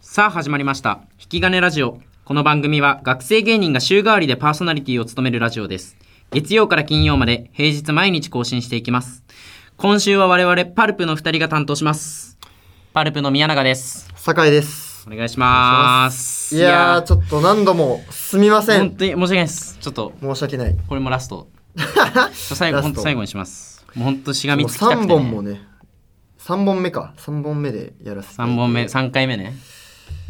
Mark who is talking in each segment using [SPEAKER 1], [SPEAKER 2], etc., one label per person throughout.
[SPEAKER 1] さあ始まりました引き金ラジオこの番組は学生芸人が週替わりでパーソナリティを務めるラジオです月曜から金曜まで平日毎日更新していきます今週は我々パルプの2人が担当しますパルプの宮永です
[SPEAKER 2] 酒井です
[SPEAKER 1] お願いします
[SPEAKER 2] いやーちょっと何度もすみませ
[SPEAKER 1] 本
[SPEAKER 2] ん
[SPEAKER 1] 当に申し訳ないですちょっと
[SPEAKER 2] 申し訳ない
[SPEAKER 1] これもラス ト最後
[SPEAKER 2] ラスト
[SPEAKER 1] 本当最後にしますもう本当しが
[SPEAKER 2] も
[SPEAKER 1] み
[SPEAKER 2] う
[SPEAKER 1] つきたくて、ね、
[SPEAKER 2] 3本もね3本目か3本目でやらせて
[SPEAKER 1] 3本目3回目ね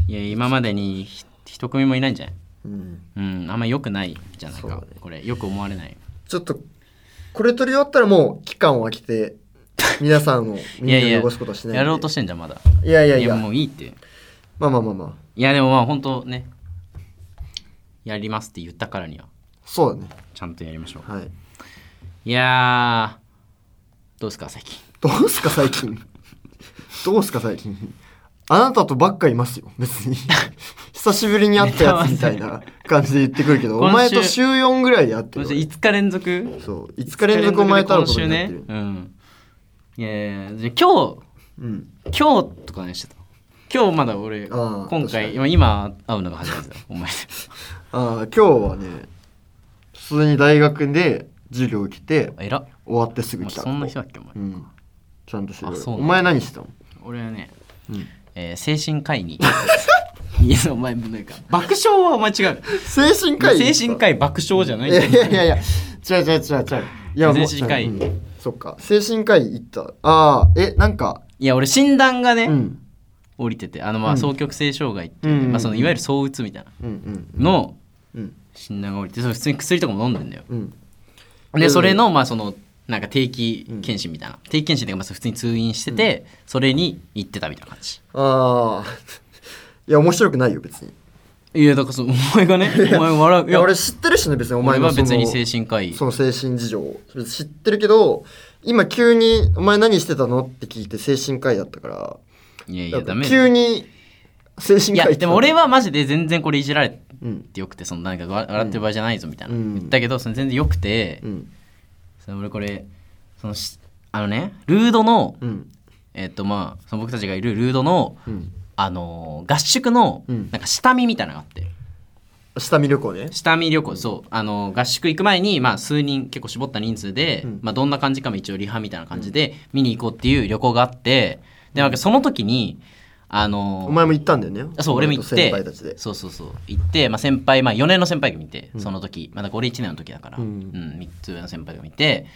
[SPEAKER 1] いや今までにひ一組もいないんじゃない
[SPEAKER 2] うん
[SPEAKER 1] うんあんま良くないじゃないか、
[SPEAKER 2] そうだね
[SPEAKER 1] これよく思われない
[SPEAKER 2] ちょっとこれ取り終わったらもう期間を空けて皆さんを
[SPEAKER 1] い
[SPEAKER 2] み
[SPEAKER 1] や
[SPEAKER 2] ん
[SPEAKER 1] い
[SPEAKER 2] な
[SPEAKER 1] や
[SPEAKER 2] 汚すことはしないんで
[SPEAKER 1] やろうとしてんじゃんまだ
[SPEAKER 2] いやい
[SPEAKER 1] い
[SPEAKER 2] やいや
[SPEAKER 1] もういいって
[SPEAKER 2] まあまあまあまあ
[SPEAKER 1] いやでもまあ本当ねやりますって言ったからには
[SPEAKER 2] そうだね
[SPEAKER 1] ちゃんとやりましょう
[SPEAKER 2] はい
[SPEAKER 1] いやーどうですか最近
[SPEAKER 2] どうすか最近 どうすか最近あなたとばっかいますよ 別に久しぶりに会ったやつみたいな感じで言ってくるけどお
[SPEAKER 1] 今週
[SPEAKER 2] 前と週4ぐらいで会ってる
[SPEAKER 1] 今
[SPEAKER 2] よ
[SPEAKER 1] 週5日連続
[SPEAKER 2] そう5日連続お前と会うことになってる、
[SPEAKER 1] 今週ねうんいやいやじゃあ今日
[SPEAKER 2] うん
[SPEAKER 1] 今日とかねしてた今日まだ俺
[SPEAKER 2] あー
[SPEAKER 1] 今
[SPEAKER 2] 確か
[SPEAKER 1] 回今今会うのが初めてだお前
[SPEAKER 2] ああ今日はね普通に大学で授業来て
[SPEAKER 1] えら
[SPEAKER 2] 終わってすぐ来た
[SPEAKER 1] そんな人だっけお前
[SPEAKER 2] うんちゃんとしてる
[SPEAKER 1] あそうな
[SPEAKER 2] お
[SPEAKER 1] んだ
[SPEAKER 2] 前何してたの、
[SPEAKER 1] 俺はね
[SPEAKER 2] うん、
[SPEAKER 1] えー精神科医に いやお前なんか爆笑はお前違う
[SPEAKER 2] 精神科医
[SPEAKER 1] 精神科医爆笑じゃないい
[SPEAKER 2] やいやいやいや違う違う違う違ういやもう
[SPEAKER 1] 精神科医
[SPEAKER 2] うんそっか精神科医行ったああえなんか
[SPEAKER 1] いや俺診断がね、
[SPEAKER 2] うん
[SPEAKER 1] 降りててあのま
[SPEAKER 2] う
[SPEAKER 1] あ
[SPEAKER 2] ん
[SPEAKER 1] 双極性障害って、
[SPEAKER 2] うんうんうん
[SPEAKER 1] まあ、そのいわゆる躁うつみたいな
[SPEAKER 2] うんうん
[SPEAKER 1] の
[SPEAKER 2] うん
[SPEAKER 1] 診断が降りてそれ普通に薬とかも飲んでんだよ
[SPEAKER 2] うんう
[SPEAKER 1] で
[SPEAKER 2] ん
[SPEAKER 1] それのまあそのなんか定期検診みたいな、定期検診でまあ普通に通院してて、それに行ってたみたいな感じ
[SPEAKER 2] ああいや面白くないよ別に
[SPEAKER 1] いやだからそのお前がねお前が笑う い
[SPEAKER 2] い
[SPEAKER 1] や
[SPEAKER 2] や
[SPEAKER 1] 俺
[SPEAKER 2] 俺知ってるしね別にお前の
[SPEAKER 1] は
[SPEAKER 2] その
[SPEAKER 1] 別に精神科医
[SPEAKER 2] その精神事情をそれ知ってるけど今急に「お前何してたの?」って聞いて精神科医だったから
[SPEAKER 1] いやい
[SPEAKER 2] な
[SPEAKER 1] や
[SPEAKER 2] んか
[SPEAKER 1] ダメだよ
[SPEAKER 2] 急に精神
[SPEAKER 1] い
[SPEAKER 2] 科医
[SPEAKER 1] や
[SPEAKER 2] って
[SPEAKER 1] でも俺はマジで全然これいじられ
[SPEAKER 2] うん
[SPEAKER 1] てよくてそのなんかわ笑ってる場合じゃないぞみたいな、
[SPEAKER 2] うん
[SPEAKER 1] 言ったけどそれ全然よくて、
[SPEAKER 2] うん
[SPEAKER 1] その俺これそのしあのねルードの
[SPEAKER 2] うん
[SPEAKER 1] えっ、とまあその僕たちがいるルードの
[SPEAKER 2] うん
[SPEAKER 1] あのー合宿の
[SPEAKER 2] うん
[SPEAKER 1] なんか下見みたいなのがあって
[SPEAKER 2] 下見旅行ね
[SPEAKER 1] 下見旅行そうあのー合宿行く前にまあ数人結構絞った人数で、
[SPEAKER 2] うん
[SPEAKER 1] まあどんな感じかも一応リハみたいな感じで見に行こうっていう旅行があってでなんかその時にあのー
[SPEAKER 2] お前も行ったんだよね
[SPEAKER 1] あそう俺も行って
[SPEAKER 2] お前と先輩たちで
[SPEAKER 1] そうそうそう行って、まあ、先輩、まあ、4年の先輩が見て、その時まだ俺1年の時だから、
[SPEAKER 2] う
[SPEAKER 1] うんん3つ上の先輩が見て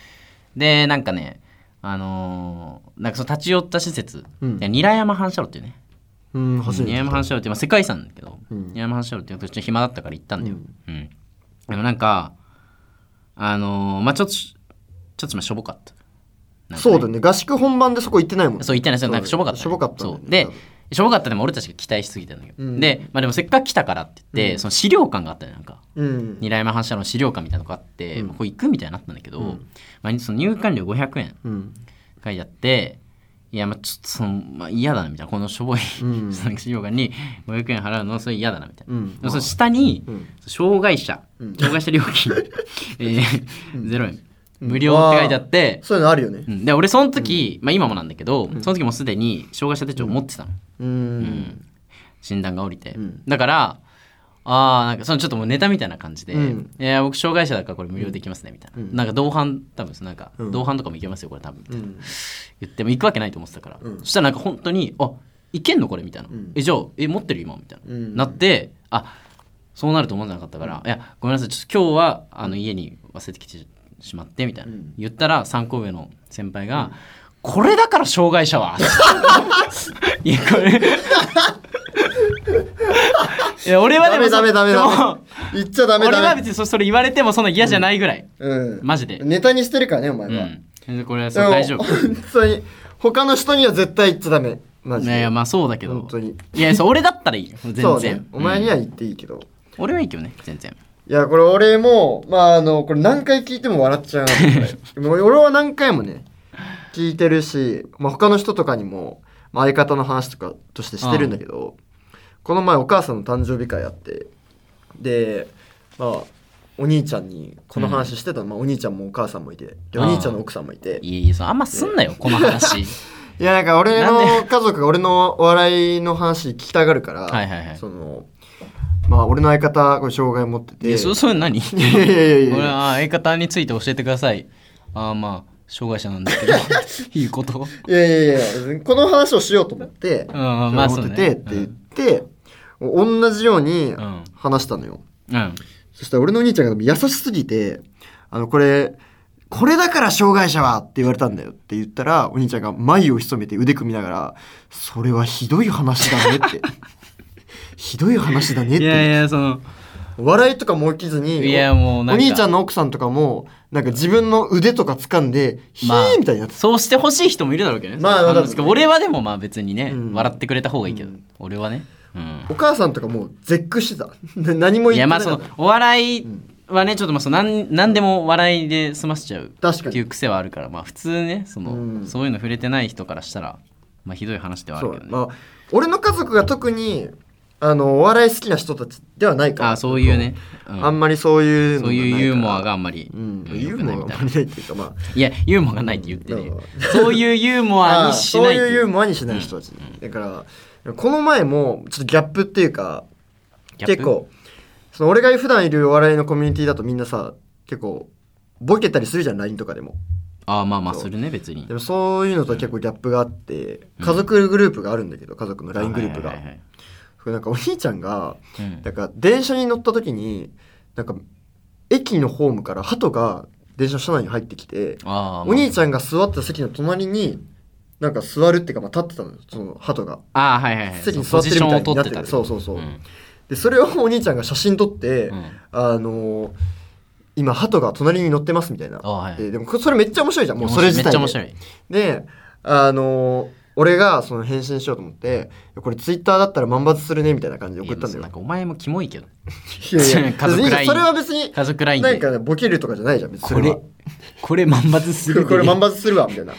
[SPEAKER 1] でなんかねあのーなんかその立ち寄った施設、
[SPEAKER 2] う
[SPEAKER 1] い
[SPEAKER 2] ん
[SPEAKER 1] や韮山反射炉っていうね
[SPEAKER 2] うん初
[SPEAKER 1] 韮
[SPEAKER 2] めて
[SPEAKER 1] 山反射炉って、まあ、世界遺産だけど、
[SPEAKER 2] うん
[SPEAKER 1] 韮山反射炉ってちょっと暇だったから行ったんだよ、うんでもなんかあのーまあちょっとしちょっとまあしょぼかったなんか
[SPEAKER 2] そうだね合宿本番でそこ行ってないもん
[SPEAKER 1] そう言ってないですよ
[SPEAKER 2] そう
[SPEAKER 1] な
[SPEAKER 2] だよ
[SPEAKER 1] んかしょぼかった、
[SPEAKER 2] しょぼかったんだよ
[SPEAKER 1] そうで
[SPEAKER 2] ね多分
[SPEAKER 1] しょぼかったでも俺たちが期待しすぎたんだけど、
[SPEAKER 2] うん
[SPEAKER 1] で、まあ、でもせっかく来たからって言って、その資料館があったよなんか
[SPEAKER 2] うん
[SPEAKER 1] 二代目反射の資料館みたいなのがあって、
[SPEAKER 2] うん
[SPEAKER 1] まあここ行くみたいになったんだけど、
[SPEAKER 2] ん
[SPEAKER 1] まあ、その入館料500円
[SPEAKER 2] うん
[SPEAKER 1] 書いてあっていやまあちょっとその、まあ、嫌だなみたいなこのしょぼい、
[SPEAKER 2] う ん
[SPEAKER 1] その資料館に500円払うのそれ嫌だなみたいな、
[SPEAKER 2] うん
[SPEAKER 1] でもその下に、
[SPEAKER 2] うん
[SPEAKER 1] 障害者
[SPEAKER 2] うん
[SPEAKER 1] 障害者料 金、えー、0円無料って書いてあって、
[SPEAKER 2] そういうのあるよね
[SPEAKER 1] うんで俺その時、まあ今もなんだけど、その時もうすでに障害者手帳持ってたの、
[SPEAKER 2] う
[SPEAKER 1] うん
[SPEAKER 2] ん
[SPEAKER 1] 診断が下りて、
[SPEAKER 2] ん
[SPEAKER 1] だからあーなんかそのちょっともうネタみたいな感じで「
[SPEAKER 2] うん
[SPEAKER 1] いや僕障害者だからこれ無料できますね」みたいな、なんか同伴多分なんか、
[SPEAKER 2] ん
[SPEAKER 1] 同伴とかもいけますよこれ多分みたいな、
[SPEAKER 2] うん
[SPEAKER 1] 言っても行くわけないと思ってたから、
[SPEAKER 2] うん
[SPEAKER 1] そしたらなんか本当に「あいけんのこれ」みたいな「
[SPEAKER 2] ん
[SPEAKER 1] えじゃあえ持ってる今」みたいな、
[SPEAKER 2] うん
[SPEAKER 1] なってあそうなると思わなかったから「いやごめんなさいちょっと今日はあの家に忘れてきてしまって」みたいな、
[SPEAKER 2] うん
[SPEAKER 1] 言ったら3個上の先輩が「これだから障害 者は! 」いやこれいや俺はで
[SPEAKER 2] ダ
[SPEAKER 1] も
[SPEAKER 2] メダメダメダメ
[SPEAKER 1] でも
[SPEAKER 2] 言っちゃダメ
[SPEAKER 1] 俺
[SPEAKER 2] ダ
[SPEAKER 1] は
[SPEAKER 2] メ
[SPEAKER 1] 別にそそれ言われてもそんな嫌じゃないぐらい、
[SPEAKER 2] うん
[SPEAKER 1] マジで
[SPEAKER 2] ネタにしてるからねお前
[SPEAKER 1] う
[SPEAKER 2] は
[SPEAKER 1] んでこれは
[SPEAKER 2] で
[SPEAKER 1] そう
[SPEAKER 2] も
[SPEAKER 1] 大丈夫
[SPEAKER 2] 本当に他の人には絶対言っちゃダメマジ
[SPEAKER 1] い
[SPEAKER 2] で
[SPEAKER 1] やいやまあそうだけど
[SPEAKER 2] 本当に
[SPEAKER 1] いやそう俺だったらいいよ全然
[SPEAKER 2] そうねお前に
[SPEAKER 1] は、
[SPEAKER 2] は言っていいけど、
[SPEAKER 1] うん俺はいいけどね全然
[SPEAKER 2] いやこれ俺もまああのこれ何回聞いても笑っちゃうなこれ もう俺は何回もね聞いてるし、まあ、他の人とかにも、まあ、相方の話とかとしてしてるんだけど、この前お母さんの誕生日会あってでまあお兄ちゃんにこの話してたの、まあ、お兄ちゃんもお母さんもいてでお兄ちゃんの奥さんもいて
[SPEAKER 1] いやいやそうあんますんなよこの話
[SPEAKER 2] いやなんか俺
[SPEAKER 1] な
[SPEAKER 2] の家族が俺のお笑いの話聞きたがるから、
[SPEAKER 1] はいはいはい
[SPEAKER 2] そのまあ俺の相方これ障害持ってて
[SPEAKER 1] えそ それ何
[SPEAKER 2] いやいやいやい
[SPEAKER 1] 俺
[SPEAKER 2] や
[SPEAKER 1] は相方について教えてくださいああまあ障害者なん ですけどいいこと
[SPEAKER 2] いやいやいや別にこの話をしようと思って、
[SPEAKER 1] うんまあ
[SPEAKER 2] 思
[SPEAKER 1] そ
[SPEAKER 2] っ
[SPEAKER 1] う
[SPEAKER 2] て
[SPEAKER 1] ね
[SPEAKER 2] てって言って、同じように
[SPEAKER 1] うん
[SPEAKER 2] 話したのよ、
[SPEAKER 1] うん
[SPEAKER 2] そしたら俺のお兄ちゃんがでも優しすぎてあのこれこれだから障害者はって言われたんだよって言ったらお兄ちゃんが眉を潜めて腕組みながらそれはひどい話だねって ひどい話だねっ
[SPEAKER 1] い
[SPEAKER 2] て
[SPEAKER 1] やいやその
[SPEAKER 2] 笑いとかも起きずに
[SPEAKER 1] いやもう
[SPEAKER 2] お
[SPEAKER 1] なんか
[SPEAKER 2] 兄ちゃんの奥さんとかもなんか自分の腕とか掴んでヒ
[SPEAKER 1] まあ
[SPEAKER 2] ーみたいになってた
[SPEAKER 1] そうしてほしい人もいるだろうけどね
[SPEAKER 2] まあ
[SPEAKER 1] そう
[SPEAKER 2] まあ
[SPEAKER 1] なんですけど
[SPEAKER 2] 多分
[SPEAKER 1] 俺はでもまあ別にね、
[SPEAKER 2] うん
[SPEAKER 1] 笑ってくれた方がいいけど、
[SPEAKER 2] うん
[SPEAKER 1] 俺はね、うん、
[SPEAKER 2] お母さんとかもう絶句してた な何も
[SPEAKER 1] い
[SPEAKER 2] 言って
[SPEAKER 1] やま
[SPEAKER 2] な
[SPEAKER 1] あそ
[SPEAKER 2] かっ
[SPEAKER 1] の
[SPEAKER 2] た
[SPEAKER 1] お笑いはねちょっとまあそのなん何でも笑いで済ませちゃう
[SPEAKER 2] 確
[SPEAKER 1] っ
[SPEAKER 2] か
[SPEAKER 1] て
[SPEAKER 2] に
[SPEAKER 1] いう癖はあるからまあ普通ねその、
[SPEAKER 2] うん
[SPEAKER 1] そういうの触れてない人からしたらまあひどい話ではあ
[SPEAKER 2] そ
[SPEAKER 1] る
[SPEAKER 2] う
[SPEAKER 1] けどね
[SPEAKER 2] まあ俺の家族が特にあのお笑い好きな人たちではないから
[SPEAKER 1] ああそういうね、うん
[SPEAKER 2] あんまりそういう
[SPEAKER 1] そ
[SPEAKER 2] の
[SPEAKER 1] う
[SPEAKER 2] がないから
[SPEAKER 1] いうユーモアがあんまり、
[SPEAKER 2] うん
[SPEAKER 1] うん
[SPEAKER 2] ユ
[SPEAKER 1] 良
[SPEAKER 2] ー
[SPEAKER 1] くない
[SPEAKER 2] モア
[SPEAKER 1] み
[SPEAKER 2] が
[SPEAKER 1] た
[SPEAKER 2] あ
[SPEAKER 1] い
[SPEAKER 2] ん
[SPEAKER 1] な
[SPEAKER 2] まりないっていうかま
[SPEAKER 1] いやユーモアがないって言ってね
[SPEAKER 2] うん
[SPEAKER 1] そういうユーモ
[SPEAKER 2] あ
[SPEAKER 1] アにし
[SPEAKER 2] そ
[SPEAKER 1] な
[SPEAKER 2] う
[SPEAKER 1] いって
[SPEAKER 2] いう
[SPEAKER 1] い
[SPEAKER 2] ユー
[SPEAKER 1] う
[SPEAKER 2] モアにしない人たちだからこの前もちょっとギャップっていうか
[SPEAKER 1] ギャップ
[SPEAKER 2] 結構その俺が普段いるお笑いのコミュニティだとみんなさ結構ボケたりするじゃん LINE とかでも
[SPEAKER 1] ああまあまあするね別に
[SPEAKER 2] でもそういうのとは結構ギャップがあって家族グループがあるんだけど家族の LINE グループが
[SPEAKER 1] はいはいはい
[SPEAKER 2] なんかお兄ちゃんが
[SPEAKER 1] はい
[SPEAKER 2] なんか電車に乗った時になんか駅のホームから鳩が電車の車内に入ってき
[SPEAKER 1] う
[SPEAKER 2] て
[SPEAKER 1] んああ
[SPEAKER 2] お兄
[SPEAKER 1] ゃん
[SPEAKER 2] ちゃんが座ってた席の隣になんか座るっていうか、まあ、立ってたのよその鳩が
[SPEAKER 1] ああはいはいはい
[SPEAKER 2] 席に
[SPEAKER 1] そ
[SPEAKER 2] 座
[SPEAKER 1] うポ
[SPEAKER 2] っ
[SPEAKER 1] ジ
[SPEAKER 2] てる
[SPEAKER 1] ション
[SPEAKER 2] みた
[SPEAKER 1] を
[SPEAKER 2] いに
[SPEAKER 1] 取
[SPEAKER 2] な
[SPEAKER 1] っ
[SPEAKER 2] って
[SPEAKER 1] てたっ
[SPEAKER 2] る
[SPEAKER 1] て
[SPEAKER 2] そ
[SPEAKER 1] こ
[SPEAKER 2] う
[SPEAKER 1] と
[SPEAKER 2] そうそう、
[SPEAKER 1] ん
[SPEAKER 2] でそれをお兄ちゃんが写真撮って、
[SPEAKER 1] うん
[SPEAKER 2] あのー今鳩が隣に乗ってますみたいな
[SPEAKER 1] あはい
[SPEAKER 2] ででもそれめっちゃ面白いじゃんもうそれ自体
[SPEAKER 1] めっち
[SPEAKER 2] で
[SPEAKER 1] ゃ面白い
[SPEAKER 2] であのー俺がその返信しようと思ってこれツイッターだったら万抜するねみたいな感じで送ったんだ
[SPEAKER 1] いや
[SPEAKER 2] よ
[SPEAKER 1] なんかお前もキモいけど
[SPEAKER 2] いやいや
[SPEAKER 1] 家族ライン
[SPEAKER 2] それは別に
[SPEAKER 1] 家族ライン
[SPEAKER 2] な
[SPEAKER 1] で
[SPEAKER 2] んかねボケるとかじゃないじゃん別にそれは
[SPEAKER 1] ここれ万抜する
[SPEAKER 2] これ万
[SPEAKER 1] 抜
[SPEAKER 2] 抜するわ みたいな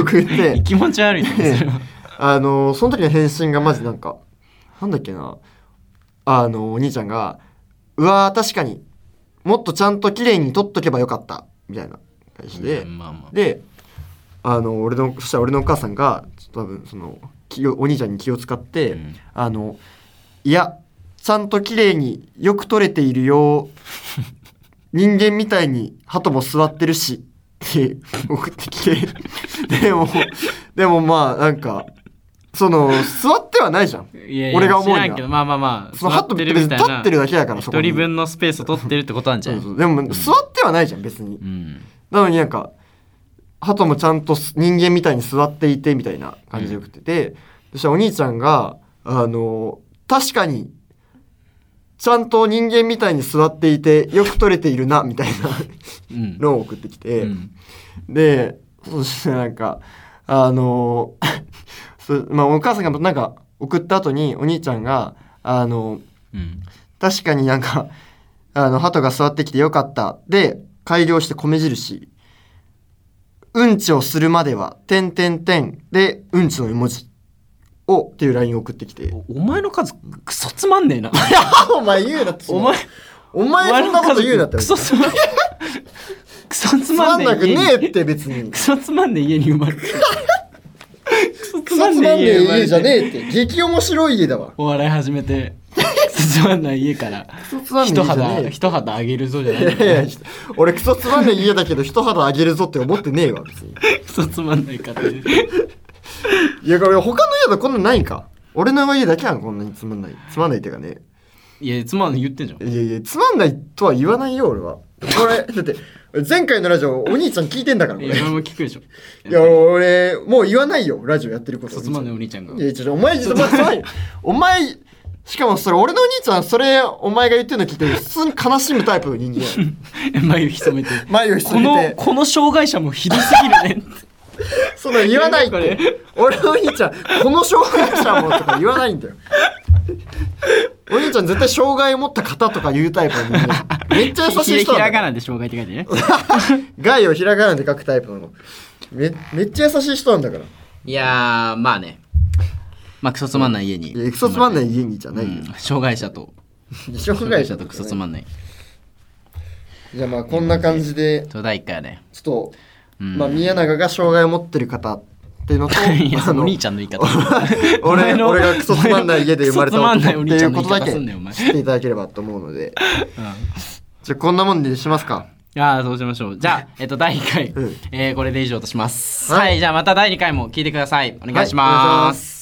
[SPEAKER 2] 送って
[SPEAKER 1] 気持ち悪いと思うそれは
[SPEAKER 2] あのその時の返信がまずなんかなんだっけなあのお兄ちゃんが「うわー確かにもっとちゃんと綺麗に撮っとけばよかった」みたいな返しで、
[SPEAKER 1] うんまあまあ
[SPEAKER 2] であの俺のそしたら俺のお母さんがちょっと多分その気をお兄ちゃんに気を使って「
[SPEAKER 1] うん
[SPEAKER 2] あのいやちゃんと綺麗によく撮れてい るよ人間みたいに鳩も座ってるし」って送ってきてでもでもまあなんかその座ってはないじゃん
[SPEAKER 1] いやいや
[SPEAKER 2] 俺が思うには
[SPEAKER 1] 知らんけどまあまあまあ
[SPEAKER 2] その鳩
[SPEAKER 1] 座
[SPEAKER 2] 別に立ってるだけだからそこ
[SPEAKER 1] 一
[SPEAKER 2] に
[SPEAKER 1] 人分のスペースを取ってるってことなんじゃ
[SPEAKER 2] そ
[SPEAKER 1] ない
[SPEAKER 2] うそうでも座ってはないじゃん別に
[SPEAKER 1] うん
[SPEAKER 2] なのになんか、鳩もちゃんとす人間みたいに座っていてみたいな感じで送ってて、そしたらお兄ちゃんが、あの、確かに、ちゃんと人間みたいに座っていて、よく撮れているな、みたいな
[SPEAKER 1] うん
[SPEAKER 2] のを送ってきて、
[SPEAKER 1] うん
[SPEAKER 2] で、そしてなんか、あの、 そうまあ、お母さんがなんか送った後に、お兄ちゃんが、あの、
[SPEAKER 1] うん
[SPEAKER 2] 確かになんか、 あの、鳩が座ってきてよかった。で、改良して米印。うんちをするまでは、てんてんてんで、うんちの絵文字をっていうラインを送ってきて。
[SPEAKER 1] お前の数クソつまんねえな
[SPEAKER 2] お前言うなって
[SPEAKER 1] お前
[SPEAKER 2] お前そんなこと言うなって。
[SPEAKER 1] クソつまんクソつ
[SPEAKER 2] つま
[SPEAKER 1] まんね
[SPEAKER 2] んなく
[SPEAKER 1] え家
[SPEAKER 2] ね
[SPEAKER 1] に
[SPEAKER 2] えって別に。
[SPEAKER 1] クソつまんねえ家に生まれてクソつ
[SPEAKER 2] くそ
[SPEAKER 1] ま
[SPEAKER 2] つ
[SPEAKER 1] ん
[SPEAKER 2] ま
[SPEAKER 1] ね
[SPEAKER 2] んね
[SPEAKER 1] え家
[SPEAKER 2] え
[SPEAKER 1] 生まれ
[SPEAKER 2] 家じゃ
[SPEAKER 1] て
[SPEAKER 2] ねえって。激面白い家だわ。
[SPEAKER 1] お笑い始めてクソつまんない家から
[SPEAKER 2] くそつまん
[SPEAKER 1] 一
[SPEAKER 2] ねえ家じゃね
[SPEAKER 1] 肌
[SPEAKER 2] え。
[SPEAKER 1] 一肌あげるぞじゃない
[SPEAKER 2] いやいや、俺クソつまんねえ家だけど、一肌あげるぞって思ってねえわ、別に。
[SPEAKER 1] クソつまんないかって
[SPEAKER 2] いや、これ他の家だこんなんないんか。俺の家だけはこんなにつまんない。つまんないっていうかね。
[SPEAKER 1] いやつまんない言ってんじゃん
[SPEAKER 2] いやいや、つまんないとは言わないよ、俺は。これ、 だって、前回のラジオ、お兄ちゃん聞いてんだから、こ
[SPEAKER 1] い
[SPEAKER 2] れ。
[SPEAKER 1] や
[SPEAKER 2] い
[SPEAKER 1] 俺も聞くでしょ
[SPEAKER 2] や、俺、もう言わないよ、ラジオやってるこ
[SPEAKER 1] ク
[SPEAKER 2] と。
[SPEAKER 1] ソつまんないお
[SPEAKER 2] い
[SPEAKER 1] 兄ちゃんが
[SPEAKER 2] や、ちょ、お前、ちょっと待って、お前 お前、しかもそれ、俺のお兄ちゃん、それ、お前が言ってるの聞いて、普通に悲しむタイプの人 間。
[SPEAKER 1] 眉ひそめて
[SPEAKER 2] 前を
[SPEAKER 1] こ
[SPEAKER 2] 潜め
[SPEAKER 1] の
[SPEAKER 2] て、
[SPEAKER 1] この障害者もひどすぎるね
[SPEAKER 2] その言わないっ
[SPEAKER 1] いや
[SPEAKER 2] て。俺のお兄ちゃん、この障害者もとか言わないんだよ。お兄ちゃん絶対障害を持った方とか言うタイプの人間。めっちゃ優しい
[SPEAKER 1] ひ
[SPEAKER 2] 人な
[SPEAKER 1] ら
[SPEAKER 2] んだ よ
[SPEAKER 1] がなで障害って書いてね
[SPEAKER 2] 害をひらがなで書くタイプなのめめっちゃ優しい人なんだから
[SPEAKER 1] いやーまあねまあクソつまんない家に
[SPEAKER 2] いやクソつまんない家にじゃないよ、
[SPEAKER 1] うん障害者と
[SPEAKER 2] 障
[SPEAKER 1] 障
[SPEAKER 2] 害
[SPEAKER 1] 害
[SPEAKER 2] 者
[SPEAKER 1] 者とクソつま
[SPEAKER 2] ん
[SPEAKER 1] んない
[SPEAKER 2] じゃあまあこんな感じで
[SPEAKER 1] ちょうだい一回はね
[SPEAKER 2] ちょっと、
[SPEAKER 1] うん
[SPEAKER 2] まあ宮永が障害を持ってる方っていうのと
[SPEAKER 1] いや
[SPEAKER 2] あ
[SPEAKER 1] お
[SPEAKER 2] の
[SPEAKER 1] 兄ちゃんの言い 方お前
[SPEAKER 2] 俺
[SPEAKER 1] の
[SPEAKER 2] 俺がクソつまんない家で生まれた
[SPEAKER 1] お前のクソつまんない
[SPEAKER 2] 男って
[SPEAKER 1] お兄ち
[SPEAKER 2] い
[SPEAKER 1] ゃん
[SPEAKER 2] う
[SPEAKER 1] の言
[SPEAKER 2] こと
[SPEAKER 1] い方
[SPEAKER 2] だけ
[SPEAKER 1] すんなよお前
[SPEAKER 2] 知っていただければと思うので
[SPEAKER 1] うん
[SPEAKER 2] じゃあこんなもんでしますか
[SPEAKER 1] いやーそうしましょうじゃあ、えっと、第1回、
[SPEAKER 2] うん
[SPEAKER 1] えーこれで以上とします、
[SPEAKER 2] はい
[SPEAKER 1] はい、じゃあまた第2回も聞いてくださいお
[SPEAKER 2] お
[SPEAKER 1] 願いします、
[SPEAKER 2] す